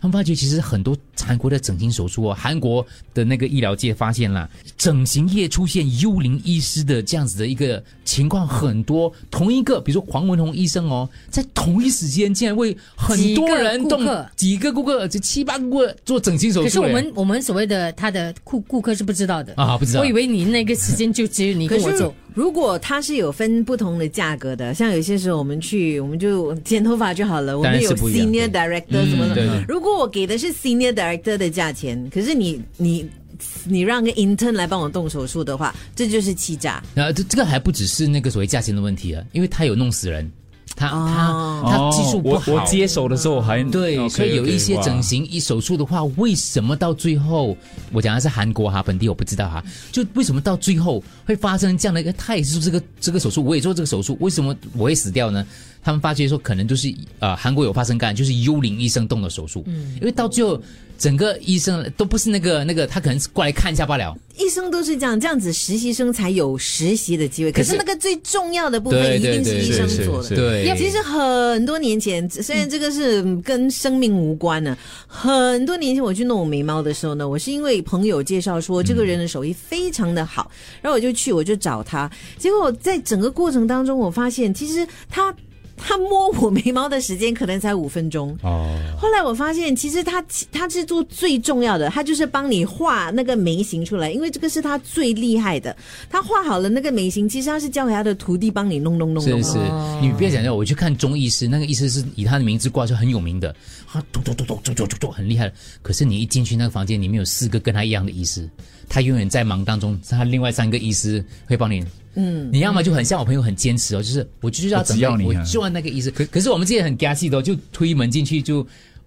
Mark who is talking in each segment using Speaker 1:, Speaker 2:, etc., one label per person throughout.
Speaker 1: 他们发觉其实很多韩国的整形手术哦，韩国的那个医疗界发现啦，整形业出现幽灵医师的这样子的一个情况很多。同一个，比如说黄文宏医生哦，在同一时间竟然为很多人动
Speaker 2: 几个
Speaker 1: 几个顾
Speaker 2: 顾客
Speaker 1: 客，这七八个顾客做整形手术。
Speaker 2: 可是我
Speaker 1: 哎
Speaker 2: 们我们所谓的他的顾顾客是不知道的
Speaker 1: 啊不知道
Speaker 2: 我以为你那个时间就只有你
Speaker 3: 可
Speaker 2: 跟我
Speaker 3: 是
Speaker 2: 走，
Speaker 3: 如果它是有分不同的价格的，像有些时候我们去，我们就剪头发就好了，我
Speaker 1: 当然
Speaker 3: 们
Speaker 1: 是
Speaker 3: 有
Speaker 1: 不一样
Speaker 3: senior
Speaker 1: 对
Speaker 3: director 什么
Speaker 1: 嗯对对
Speaker 3: 的。如果我给的是 senior director 的价钱，可是你你你让个 intern 来帮我动手术的话，这就是欺诈。
Speaker 1: 呃，这这个还不只是那个所谓价钱的问题啊，因为他有弄死人，他、
Speaker 3: 哦
Speaker 1: 他他技术不
Speaker 4: 我
Speaker 1: 好。
Speaker 4: 我接手的时候还
Speaker 1: 对
Speaker 4: OK，
Speaker 1: 所以有一些
Speaker 4: OK，
Speaker 1: 整
Speaker 4: 哇
Speaker 1: 形医手术的话，为什么到最后，我讲的是韩国哈，本地我不知道哈，就为什么到最后会发生这样的一个，他也是做这个这个手术，我也做这个手术，为什么我会死掉呢？他们发觉说，可能就是呃，韩国有发生感，就是幽灵医生动的手术，嗯，因为到最后整个医生都不是那个那个，他可能是过来看一下罢了，
Speaker 3: 医生都是这样，这样子实习生才有实习的机会。
Speaker 1: 可
Speaker 3: 可
Speaker 1: 是
Speaker 3: 是那个最重要的部
Speaker 1: 对
Speaker 3: 分一
Speaker 1: 对
Speaker 3: 定
Speaker 1: 对
Speaker 3: 是医生做
Speaker 4: 是是
Speaker 3: 的。
Speaker 1: 对，
Speaker 3: 其实很多年前，虽然这个是跟生命无关呢、很多年前我去弄我眉毛的时候呢，我是因为朋友介绍说这个人的手艺非常的好，然后我就去我就找他，结果在整个过程当中，我发现其实他他摸我眉毛的时间可能才五分钟。
Speaker 1: 哦，
Speaker 3: 后来我发现，其实他他是做最重要的，他就是帮你画那个眉形出来，因为这个是他最厉害的。他画好了那个眉形，其实他是交给他的徒弟帮你弄弄弄弄
Speaker 1: 是
Speaker 3: 弄。
Speaker 1: 是，
Speaker 3: 哦
Speaker 1: 你不要讲讲，我去看中医师，那个医师是以他的名字挂是很有名的，他咚咚咚咚咚咚咚咚很厉害的。可是你一进去那个房间，里面有四个跟他一样的医师，他永远在忙当中，他另外三个医师会帮你。嗯，你要么就很像我朋友很坚持哦，就是我就是要
Speaker 4: 我只
Speaker 1: 整个
Speaker 4: 要你
Speaker 1: 我
Speaker 4: 啊
Speaker 1: 就要那个医师。可可是我们之前很 g a 的、哦，就推门进去就，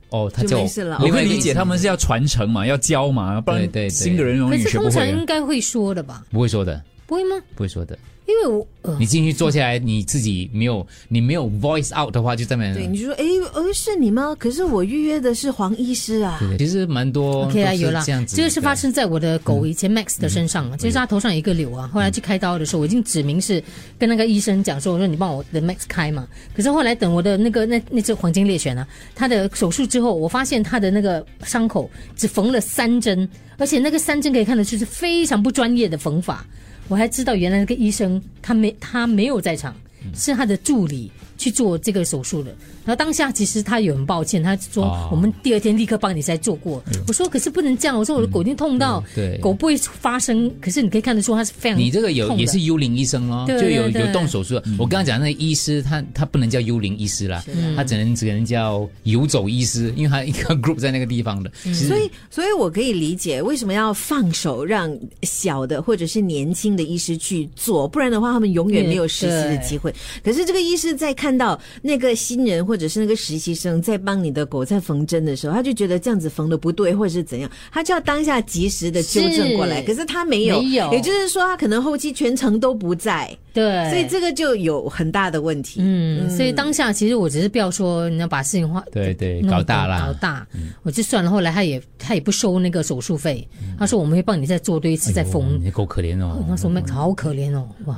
Speaker 1: 哦，他
Speaker 3: 就
Speaker 1: 叫
Speaker 3: 没事了
Speaker 4: 我
Speaker 1: 另
Speaker 4: 可
Speaker 1: 外一
Speaker 4: 以
Speaker 1: 个
Speaker 4: 理解
Speaker 1: 医生
Speaker 4: 他们是要传承嘛，要教嘛，不
Speaker 1: 对
Speaker 4: 然
Speaker 1: 对对
Speaker 4: 新的人永
Speaker 2: 可
Speaker 4: 远
Speaker 2: 是
Speaker 4: 学
Speaker 1: 啊
Speaker 4: 不
Speaker 2: 通常应
Speaker 4: 会。啊
Speaker 2: 该会说的吧？
Speaker 1: 不会说的，
Speaker 2: 不会吗？
Speaker 1: 不会说的。
Speaker 2: 因为我呃
Speaker 1: 你进去坐下来，你自己没有你没有 voice out 的话，就在那边
Speaker 2: 嗯
Speaker 3: 对，你就说，哎，呃，是你吗？可是我预约的是黄医师
Speaker 2: 嗯
Speaker 3: 啊。
Speaker 1: 对对其实蛮多
Speaker 2: OK 啊，
Speaker 1: 都是
Speaker 2: 有啦
Speaker 1: 这样，子，嗯
Speaker 2: 这个是发
Speaker 1: 对
Speaker 2: 生在我的狗以前 Max 的身上啊，就是它头上有一个瘤
Speaker 1: 嗯
Speaker 2: 啊，后来去开刀的时候，我已经指明是跟那个医生讲说，我说你帮我的 Max 开嘛，可是后来等我的那个那那只黄金猎犬啊，它的手术之后，我发现它的那个伤口只缝了三针，而且那个三针可以看得出是非常不专业的缝法，我还知道原来那个医生他没他没有在场，是他的助理。去做这个手术的，然后当下其实他也很抱歉，他说
Speaker 1: 哦
Speaker 2: 我们第二天立刻帮你再做过。
Speaker 1: 哎
Speaker 2: 我说可是不能这样，我说我的狗已经痛到、
Speaker 1: 嗯对
Speaker 2: 狗不会发生，可是你可以看得出它是非常
Speaker 1: 你这个有
Speaker 2: 痛的
Speaker 1: 也是幽灵医生咯，
Speaker 2: 对
Speaker 1: 就有
Speaker 2: 对嗯
Speaker 1: 有动手术的。我刚刚讲那个医师，他他不能叫幽灵医师啦，他只能只能叫游走医师，因为他一个 group 在那个地方的。
Speaker 2: 嗯
Speaker 1: 其实
Speaker 3: 所以，所以我可以理解为什么要放手让小的或者是年轻的医师去做，不然的话，他们永远没有实习的机会。可是这个医师在看到那个新人或者是那个实习生在帮你的狗在缝针的时候，他就觉得这样子缝的不对，或者是怎样，他就要当下及时的纠正过来。
Speaker 2: 是
Speaker 3: 可是他没有，
Speaker 2: 没有
Speaker 3: 也就是说，他可能后期全程都不在，
Speaker 2: 对，
Speaker 3: 所以这个就有很大的问题。
Speaker 2: 嗯，所以当下其实我只是不要说你要把事情化
Speaker 1: 对对
Speaker 2: 弄
Speaker 1: 搞大啦嗯
Speaker 2: 搞大，我就算了。后来他也他也不收那个手术费，他说我们会帮你再做多一次再
Speaker 1: 嗯哎呦
Speaker 2: 缝。
Speaker 1: 你够可怜
Speaker 2: 我
Speaker 1: 哦。
Speaker 3: 哎
Speaker 2: 说 Max 好可怜哦，哇，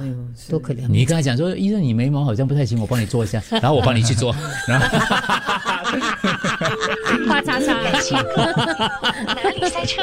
Speaker 2: 多可怜！哦
Speaker 1: 你刚才讲说，医生你眉毛好像不太行，我帮你做一下，然后我帮你去做，然后
Speaker 2: 花叉叉。
Speaker 5: 感情课，哪里塞车？